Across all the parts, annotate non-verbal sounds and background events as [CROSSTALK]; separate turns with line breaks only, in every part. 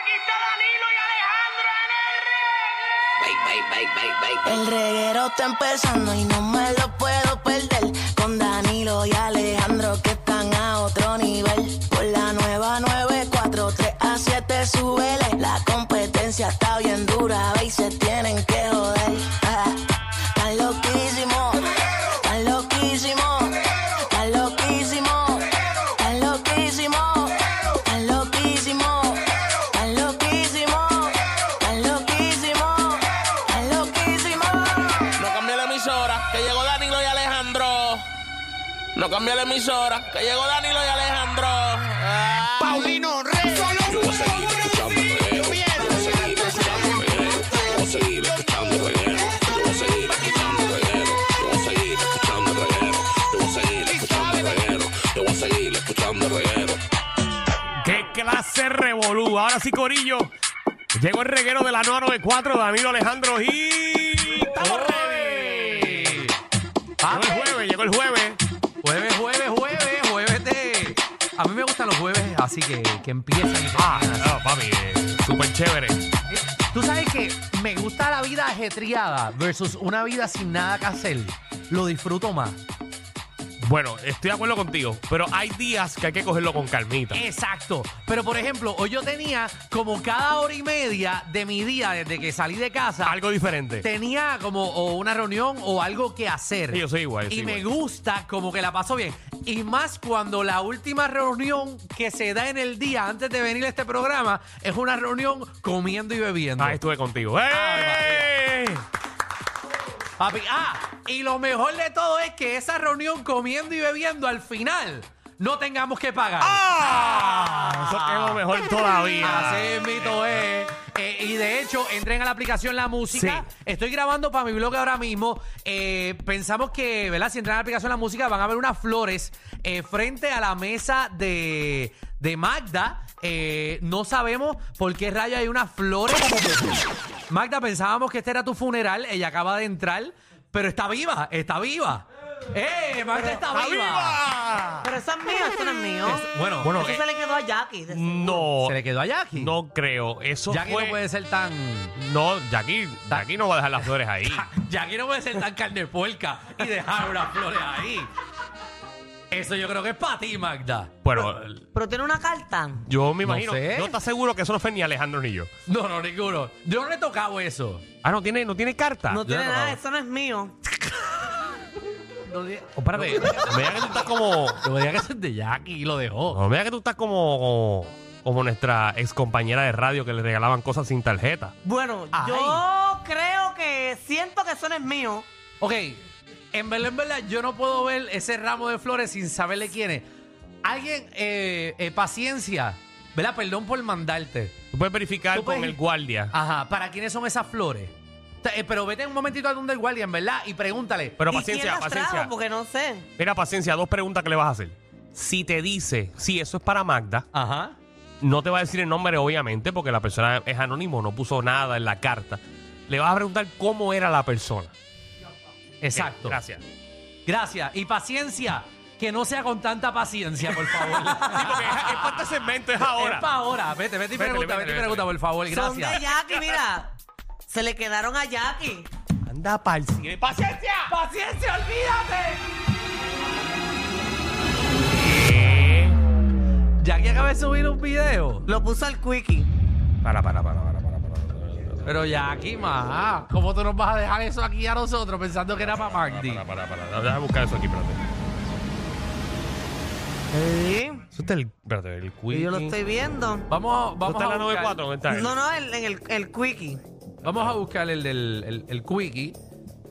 aquí está Danilo y Alejandro en el reggae.
Bye, bye, bye, bye, bye, bye.
El reguero está empezando y no me lo puedo perder. Con Danilo y Alejandro que están a otro nivel. Por la nueva 94, 3 a 7 súbele. La competencia está bien dura, ve y se tienen que joder. [LAUGHS] Ah, Están loquísimos, están loquísimos, están loquísimos, están loquísimos, están loquísimos, están loquísimos, están loquísimos, están loquísimos.
No cambie la emisora, que llegó Danilo y Alejandro. No cambie la emisora, que llegó Danilo y Alejandro. Ah.
Paulino Rey.
Yo voy a seguir escuchando reggae. Yo voy a seguir escuchando reggae. Yo voy a seguir escuchando reggae. Yo voy a seguir escuchando reggae. Yo voy a seguir escuchando reggae. Yo voy a seguir escuchando reggae. Yo voy a seguir escuchando reggae.
¡Qué clase revolú! Ahora sí, Corillo. Llegó el reguero de la 994, Danilo Alejandro y. ¡Estamos ready! Llegó el jueves, llegó el jueves.
Jueves, jueves, jueves, jueves de. A mí me gustan los jueves, así que que empiecen y
Ah,
terminan así.
no, papi, eh, súper chévere.
Tú sabes que me gusta la vida ajetreada versus una vida sin nada que hacer. Lo disfruto más.
Bueno, estoy de acuerdo contigo, pero hay días que hay que cogerlo con calmita.
Exacto. Pero por ejemplo, hoy yo tenía como cada hora y media de mi día desde que salí de casa.
Algo diferente.
tenía como o una reunión o algo que hacer.
Sí, yo soy igual, yo
Y
soy
me
igual.
gusta como que la paso bien. Y más cuando la última reunión que se da en el día antes de venir a este programa es una reunión comiendo y bebiendo.
Ah, estuve contigo.
Ay,
¡Eh!
Papi, ah, y lo mejor de todo es que esa reunión comiendo y bebiendo al final no tengamos que pagar.
¡Ah! Eso es lo mejor todavía.
Así mito es. Eh, y de hecho, entren a la aplicación La Música.
Sí.
Estoy grabando para mi blog ahora mismo. Eh, pensamos que, ¿verdad? Si entran a la aplicación La Música van a ver unas flores eh, frente a la mesa de, de Magda. Eh, no sabemos por qué rayo hay unas flores. Magda, pensábamos que este era tu funeral. Ella acaba de entrar, pero está viva, está viva. ¡Eh! Magda está,
¡Está
viva.
viva!
Pero eso es mío, eso no es mío.
Es- bueno,
Bueno,
eso
eh,
se le quedó a Jackie. de seguro.
no,
se le quedó a Jackie.
no creo. Eso
Jackie
fue...
no puede ser tan.
No, Jackie, Jackie no va a dejar las flores ahí.
Jackie no puede ser tan carne puerca y dejar unas flores ahí. Eso yo creo que es para ti, Magda.
Bueno,
Pero tiene una carta.
eh, yo me imagino. No,
sé.
está seguro que eso no fue ni Alejandro ni yo.
No, no, ninguno. Yo no le he tocado eso.
Ah, no tiene, no tiene carta.
No
yo
tiene
no
nada,
acabo.
eso no es mío.
Oh, espérate.
Me diga que tú estás como.
No me digas que eso es de Jackie y lo dejó.
No me diga que tú estás como, como, como nuestra ex compañera de radio que le regalaban cosas sin tarjeta.
Bueno,
Ay.
yo creo que siento que eso no es mío.
Ok, en verdad, en verdad, yo no puedo ver ese ramo de flores sin saberle quién es. Alguien, eh, eh, paciencia, ¿verdad? Perdón por mandarte.
Tú puedes verificar
Tú
con
puedes-
el guardia.
Ajá, ¿para quiénes son esas flores? Ta- eh, pero vete un momentito a donde el guardián, ¿verdad? Y pregúntale.
Pero
¿Y quién
paciencia,
las
paciencia.
trajo? Porque no sé.
Mira, paciencia, dos preguntas que le vas a hacer. Si te dice, si eso es para Magda,
Ajá.
no te va a decir el nombre, obviamente, porque la persona es anónimo, no puso nada en la carta. Le vas a preguntar cómo era la persona.
Exacto.
Gracias.
Gracias. Y paciencia. Que no sea con tanta paciencia, por favor.
[LAUGHS] Sí, porque es, es para este segmento, es ahora.
Es para ahora. Vete, vete y
Vete,
pregunta,
vete,
vete y
vete.
pregunta, por favor.
Son de
Gracias.
Jackie, mira. Se le quedaron a Jackie.
Anda para el cine. ¡Paciencia!
¡Paciencia, olvídate!
Eh.
Ya que acabé de subir un video.
Lo puso al quickie.
Para, para, para, para, para, para.
Pero ya aquí más. ¿Cómo tú nos vas a dejar eso aquí a nosotros pensando que era para Magdi?
Para, para, para. Déjame buscar eso aquí, espérate.
Sí.
Eso está el. Espérate, el
Y
quiz.
yo lo estoy viendo.
¿Dónde
Vamos, vamos,
está
a
la
buscar,
94? ¿Dónde está? él?
No, no, el- en el, el quickie.
vamos a buscar el del el, el quickie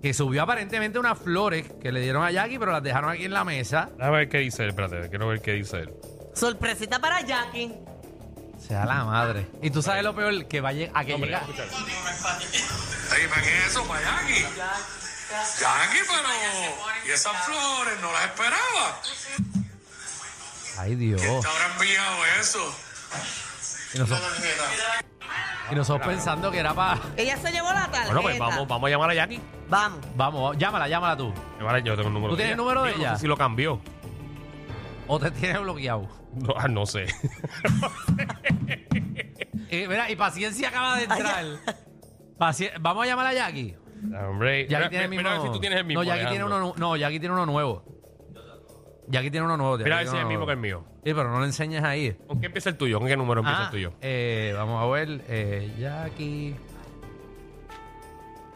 que subió aparentemente unas flores que le dieron a Jackie, pero las dejaron aquí en la mesa.
Déjame ver qué dice él, espérate. Quiero ver qué dice él.
Sorpresita para Jackie.
Sea la madre. Y tú sabes lo peor, que va a, lleg- a que
Hombre,
llega-
escucha.
Ey, ¿Para qué es eso? ¿Para Yankee? Yankee, pero... ¿Y esas flores? No las esperaba.
Ay, Dios.
¿Quién te habrá enviado eso?
Y nosotros, y nosotros pensando que era para...
Ella se llevó la tarjeta.
Bueno, pues vamos, vamos a llamar a Jackie.
Vamos.
Vamos, vamos, llámala, llámala tú.
Llámala, Yo tengo el número
¿Tú tienes el número de
Yo
ella?
No sé si lo cambió. [LAUGHS]
[LAUGHS] O te tienes bloqueado.
No, ah, no sé.
Eh, mira, y paciencia acaba de entrar. Paci- Vamos a llamar a Jackie.
Hombre,
Jackie
mira,
tiene
mira,
el mismo.
mira a ver si tú tienes el mismo.
no, Jackie tiene
Alejandro.
uno, nu- no, Jackie tiene uno nuevo. Jackie tiene uno nuevo.
Mira a ver
Jackie
si es el
tiene
mismo
uno
que el
nuevo.
mío.
Sí, pero no le enseñes ahí.
¿Con qué empieza el tuyo? ¿Con qué número empieza el tuyo?
eh, vamos a ver. eh, Jackie.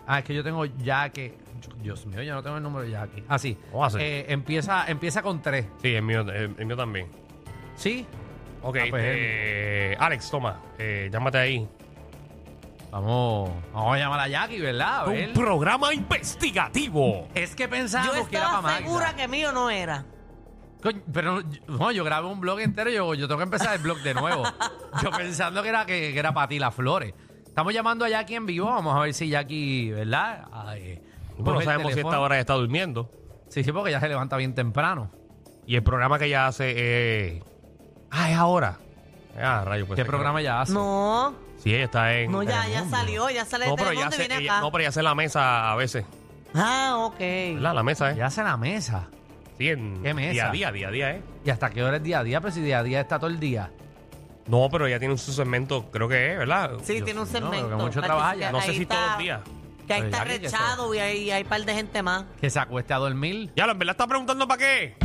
Ah, es que yo tengo Jackie. Dios mío, yo no tengo el número de Jackie. Ah, sí.
¿Cómo va a ser?
Eh, empieza, empieza con tres.
Sí, el mío, el, el mío también.
¿Sí?
Ok,
Ah, pues
eh, Alex, toma, eh, llámate ahí.
Vamos, vamos a llamar a Jackie, ¿verdad? A ver.
Un programa investigativo.
Es que
Yo
pensábamos que era para
estaba
Magda.
segura que mío no era.
Coño, pero no, yo grabé un blog entero y yo, yo tengo que empezar el blog de
[LAUGHS]
nuevo. yo pensando que era, que, que era para ti las flores. Estamos llamando a Jackie en vivo, vamos a ver si Jackie, ¿verdad? Ay,
Bueno, no
coge
sabemos
el
si a esta
teléfono.
hora ya está durmiendo.
Sí, sí, porque ya se levanta bien temprano.
Y el programa que ella hace eh, Ah, es ahora. Ah, rayo, pues.
¿Qué programa ella hace?
No,
Sí, ella está en.
no, ya,
en-
ya salió, ya sale
No,
de
pero
Telemundo
ella
y
hace,
viene
ella-
acá.
no, pues. pero ella hace en la mesa a veces.
Ah, ok.
¿Verdad? La mesa, ¿eh?
Ella hace la mesa.
Sí, en
¿Qué mesa?
día a día, día a día, ¿eh?
¿Y hasta qué hora es día a día? Pues si día a día está todo el día.
No, pero ella tiene un su segmento, creo que es, ¿verdad?
Sí,
Dios
tiene un
mío, pero que
segmento.
mucho
parece
trabaja
que
ya.
No sé
ahí
si
está-
todos los días.
Que ahí
Oye,
está
Jackie, que se-
rechado y hay, hay un par de gente más.
Que se acueste a dormir.
Ya, en verdad está preguntando para qué.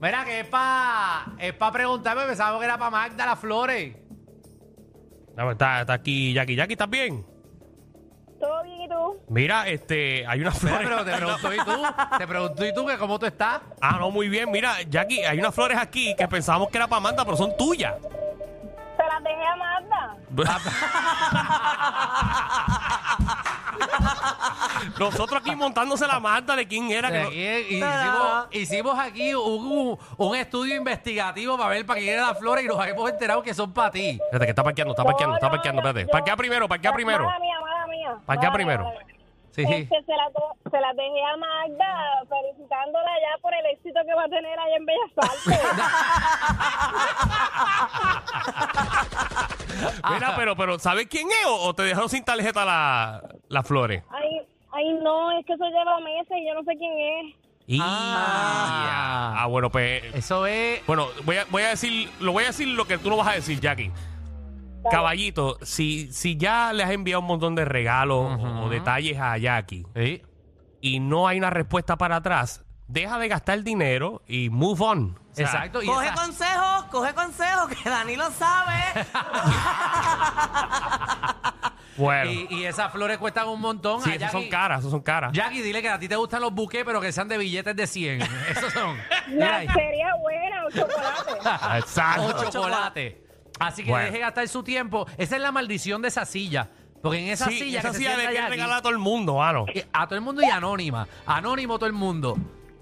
Mira, que es para es pa preguntarme, pensábamos que era para Magda las flores.
No, pues, Está, está aquí Jackie. Jackie, ¿estás bien?
¿Todo bien y tú?
Mira, este, hay unas
Mira,
flores.
pero te preguntó y tú, te preguntó y tú que cómo tú estás.
Ah, no, muy bien. Mira, Jackie, hay unas flores aquí que pensábamos que era para Amanda, pero son tuyas.
Se las dejé a Magda.
[LAUGHS] Nosotros aquí montándose la manta de quién era. que no-
Aquí Eh, hicimos, hicimos aquí un, un- un estudio investigativo para ver para quién eran las flores y nos hemos enterado que son para ti.
Espérate, que está parqueando, está parqueando, está parqueando. Espérate. Parquea primero, parquea primero.
Mala mía, mala mía.
Parquea
Mala mía,
primero.
mala mía.
Sí.
Este, se, las de- se las dejé a Magda, felicitándola ya por el éxito que va a tener allá en
[LAUGHS]
Bellas Artes.
Mira, pero, pero, ¿sabes quién es? ¿O, o te dejaron sin tarjeta la- las flores?
ay, ay, no, es que eso lleva meses y yo no sé quién es.
Y-
Ah.
ah, bueno, pues.
Eso es.
Bueno, voy a, voy a decir, lo voy a decir lo que tú no vas a decir, Jackie. Caballito, si, si ya le has enviado un montón de regalos o- o detalles a Jackie
Sí.
y no hay una respuesta para atrás, deja de gastar dinero y move on. O sea,
Exacto. Y
Coge
esa-
consejos, coge consejos, que Danilo sabe.
Bueno,
y, y esas flores cuestan un montón.
sí,
A
esas son
Jackie-
caras, esas son caras.
Jackie, dile que a ti te gustan los buques, pero que sean de billetes
[LAUGHS]
de 100. Esos son. Mira ahí.
La sería buena, un chocolate.
O
Exacto.
chocolate. Así que
Bueno.
deje gastar su tiempo. Esa es la maldición de esa silla. Porque en esa
Sí,
silla
esa
que se
silla le
sienta
tiene
Jackie-
regalada a todo el mundo, mano.
Eh, A todo el mundo y anónima. Anónimo todo el mundo.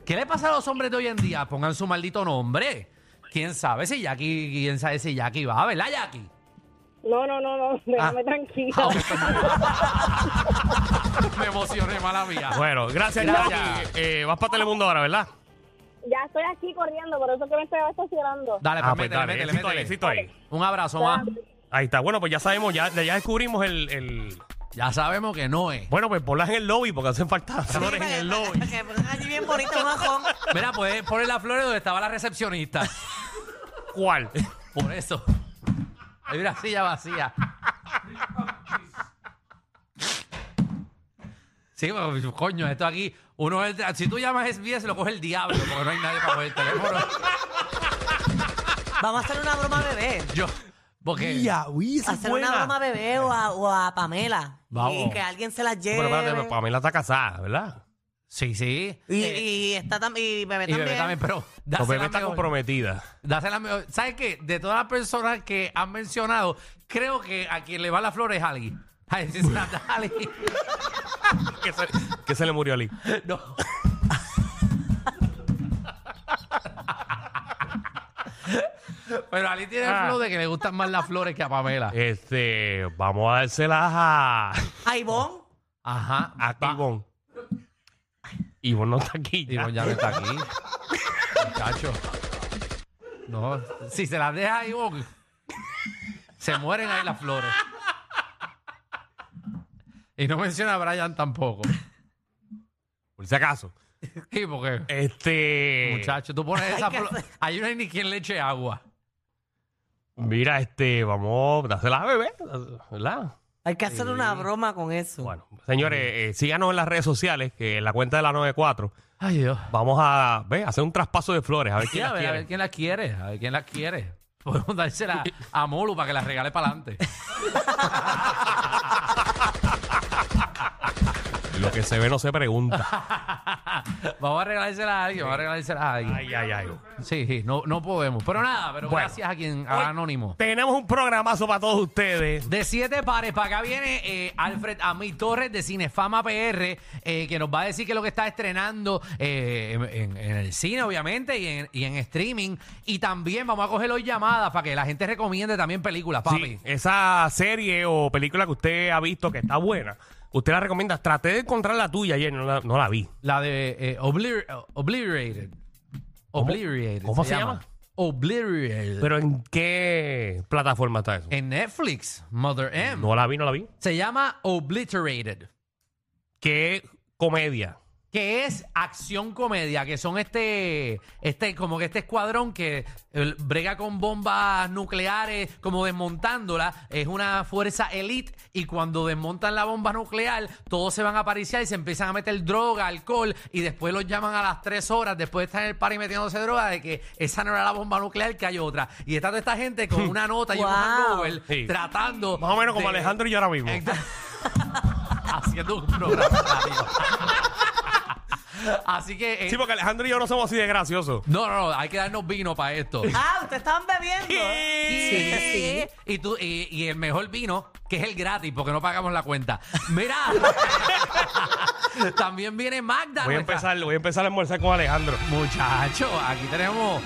¿Qué le pasa a los hombres de hoy en día? Pongan su maldito nombre. ¿Quién sabe si Jackie, quién sabe si Jackie va, ¿verdad,
[LAUGHS]
Jackie?
No, no, no, no, déjame
Ah.
tranquila.
Me emocioné, mala mía.
Bueno, gracias, Jackie. Eh, vas para Telemundo ahora, ¿verdad?
Ya estoy aquí corriendo, por eso que me estaba estacionando.
Dale,
Ah,
pues,
pues
métele,
dale,
métele,
éxito,
métele.
éxito ahí.
Un abrazo más.
Ahí está. Bueno, pues ya sabemos, ya, ya descubrimos el, el-
Ya sabemos que no es.
Bueno, pues ponlas en el lobby porque hacen falta flores en
pues,
Sí,
el
para que-
[LAUGHS]
lobby.
para [LAUGHS] Que pongan allí bien bonito un ojón.
Mira, pues, puedes poner las flores donde estaba la recepcionista.
¿Cuál?
Por eso. Hay una silla vacía. Sí, pero, coño, esto aquí, uno es el- si tú llamas SBS lo coge el diablo, porque no hay nadie para coger el teléfono.
Vamos a hacer una broma a bebé.
Yo, porque
uy,
Hacer una broma a bebé o a, o a Pamela.
Vamos.
Y que alguien se las lleve.
Pero espérate, pero Pamela está casada, ¿verdad?
sí, sí.
y,
eh,
y está tam- y bebé
y
también.
bebé también, pero
Los bebés
dásela
Pues está
mejor.
comprometida. [LAUGHS]
Dásela mejor. ¿Sabes qué? De todas las personas que han mencionado, creo que a quien le va la flor es Ali. [LAUGHS] Ay, sí, es Ali.
Que se, que se le murió a Lee.
No. Pero Ali tiene el flow de que le gustan más las flores que a Pamela.
Este, vamos a dárselas a,
A Ivonne.
Ajá.
a
va.
Ivonne. Ivonne no está aquí. ya.
Ivonne ya no está aquí. Muchacho. No. Si se las deja a Ivonne, se mueren ahí las flores. Y no menciona a Brian tampoco.
Por si acaso.
Sí, porque,
Este.
Eh. muchacho, tú pones esa
que
flor.
hacer-
Ahí no hay ni quien le eche agua.
Mira, este, vamos, dásela a bebé, ¿verdad?
Hay que hacer una broma con eso.
Bueno, señores, eh, síganos en las redes sociales, que en la cuenta de la 94
Ay, Dios.
vamos a ve, hacer un traspaso de flores, a ver
Sí,
quién
a,
las
ver, a ver
quiere.
quién la quiere, a ver quién la quiere. [LAUGHS] Podemos dársela a Molu para que la regale para
[LAUGHS]
adelante.
Lo que se ve no se
[LAUGHS]
pregunta.
vamos a regalársela a alguien, vamos a regalársela a alguien.
ay, ay, ay.
Sí, sí, no, no podemos. Pero nada, pero
Bueno.
gracias a quien, a
Hoy-
Anónimo.
Tenemos un programazo para todos ustedes.
De siete pares, para acá viene eh, Alfred Amí Torres de Cinefama PR, eh, que nos va a decir que lo que está estrenando eh, en, en- en el cine, obviamente, y en, y en streaming. Y también vamos a coger hoy llamadas para que la gente recomiende también películas, papi.
Sí, esa serie o película que usted ha visto que está buena, usted la recomienda. Traté de encontrar la tuya ayer, no la, no la vi.
La de eh, Oblir- Obliterated. Obliterated.
¿Cómo se llama?
Obliterated.
Pero ¿en qué plataforma está eso?
en Netflix, Mother M.
No la vi, no la vi.
Se llama Obliterated.
¿Qué comedia?
que es acción comedia, que son este, este, como que este escuadrón que eh, brega con bombas nucleares, como desmontándola, es una fuerza elite y cuando desmontan la bomba nuclear, todos se van a apariciar y se empiezan a meter droga, alcohol, y después los llaman a las tres horas, después de estar en el party metiéndose droga, de que esa no era la bomba nuclear, que hay otra. Y está toda esta gente con una nota y un
Wow.
hangover
Sí.
tratando.
Más o menos como
de- eh,
Alejandro y yo ahora mismo.
[LAUGHS] haciendo un programa radio. [LAUGHS] Así que. eh,
Sí, porque Alejandro y yo no somos así de graciosos.
No, no, no, hay que darnos vino para esto.
Ah, ustedes estaban bebiendo. ¿eh?
Sí, sí. Y, tú, y, y el mejor vino, que es el gratis, porque no pagamos la cuenta. Mira. [LAUGHS] También viene Magda.
Voy a
nuestra-
empezar, voy a empezar a almorzar con Alejandro.
Muchacho, aquí tenemos.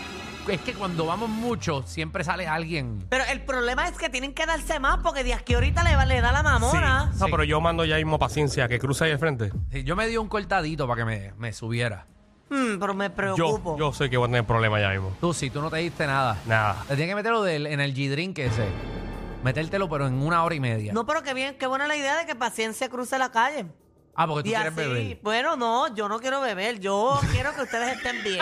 Es que cuando vamos mucho, siempre sale alguien.
Pero el problema es que tienen que darse más porque de aquí ahorita le, va- le da la mamona.
No,
Sí.
pero yo mando ya mismo paciencia, que cruza ahí al frente.
Sí, Yo me di un cortadito para que me, me subiera.
Mm, pero me
Yo,
preocupo.
yo sé que voy a tener problemas ya mismo.
Tú sí, tú no te diste nada. [LAUGHS]
Nada.
Te tienes que meterlo del, en el G-Drink ese. Metértelo, pero en una hora y media.
No, pero qué bien, qué buena la idea de que paciencia cruce la calle.
Pues
Ah, porque tú
Y
quieres
así,
beber.
bueno, no, yo no quiero beber, yo quiero que ustedes
[LAUGHS]
estén bien.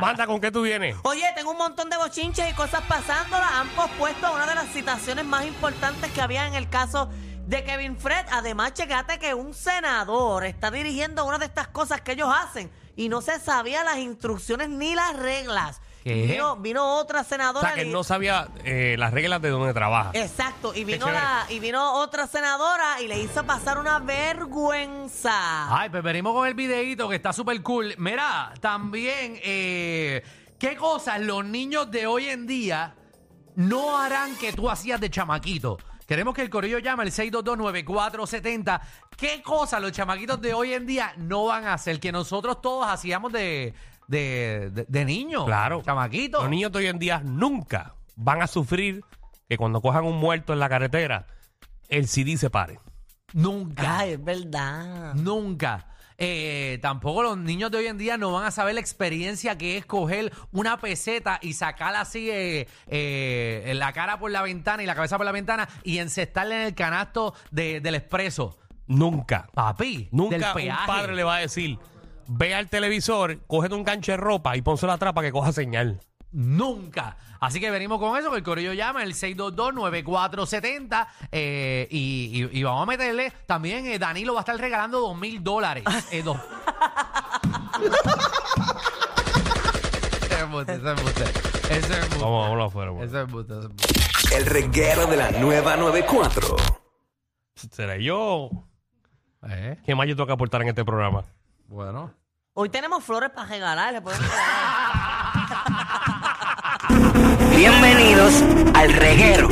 Manda, ¿con qué tú vienes?
Oye, tengo un montón de bochinches y cosas pasándolas. Han pospuesto una de las citaciones más importantes que había en el caso de Kevin Fred. Además, checate que un senador está dirigiendo una de estas cosas que ellos hacen y no se sabía las instrucciones ni las reglas.
¿Qué?
Vino, vino otra
O
senadora.
sea, que
di-
no sabía eh, las reglas de donde trabaja.
Exacto, y vino,
chévere.
la, y vino otra senadora y le hizo pasar una vergüenza.
Ay, pues venimos con el videíto que está súper cool. Mira, también, eh, ¿qué cosas los niños de hoy en día no harán que tú hacías de chamaquito? Queremos que el corillo llame al 6229470. ¿Qué cosas los chamaquitos de hoy en día no van a hacer que nosotros todos hacíamos de, de, de- de niños?
Claro.
Chamaquitos.
Los niños de hoy en día nunca van a sufrir que cuando cojan un muerto en la carretera, el CD se pare.
Nunca.
Ay, es verdad.
Nunca. Eh, tampoco los niños de hoy en día no van a saber la experiencia que es coger una peseta y sacarla así eh, eh, la cara por la ventana y la cabeza por la ventana y encestarla en el canasto de- del expreso.
Nunca.
Papi, del
Nunca un
peaje.
padre le va a decir, ve al televisor, cógete un gancho de ropa y ponse la trapa que coja señal.
Nunca. Así que venimos con eso, que el corillo llama el 622-9470 eh, y, y- y vamos a meterle. También eh, Danilo va a estar regalando dos mil dólares. Eh, dos- [LAUGHS] Ese embuste, ese embuste. Ese embuste.
Vamos, vámonos afuera. por favor.
Ese embuste, ese embuste.
El reguero de la nueva 94.
¿Será yo?
Eh,
¿Qué más yo tengo que aportar en este programa?
bueno.
Hoy tenemos flores para regalar, le podemos regalar.
Bienvenidos al reguero.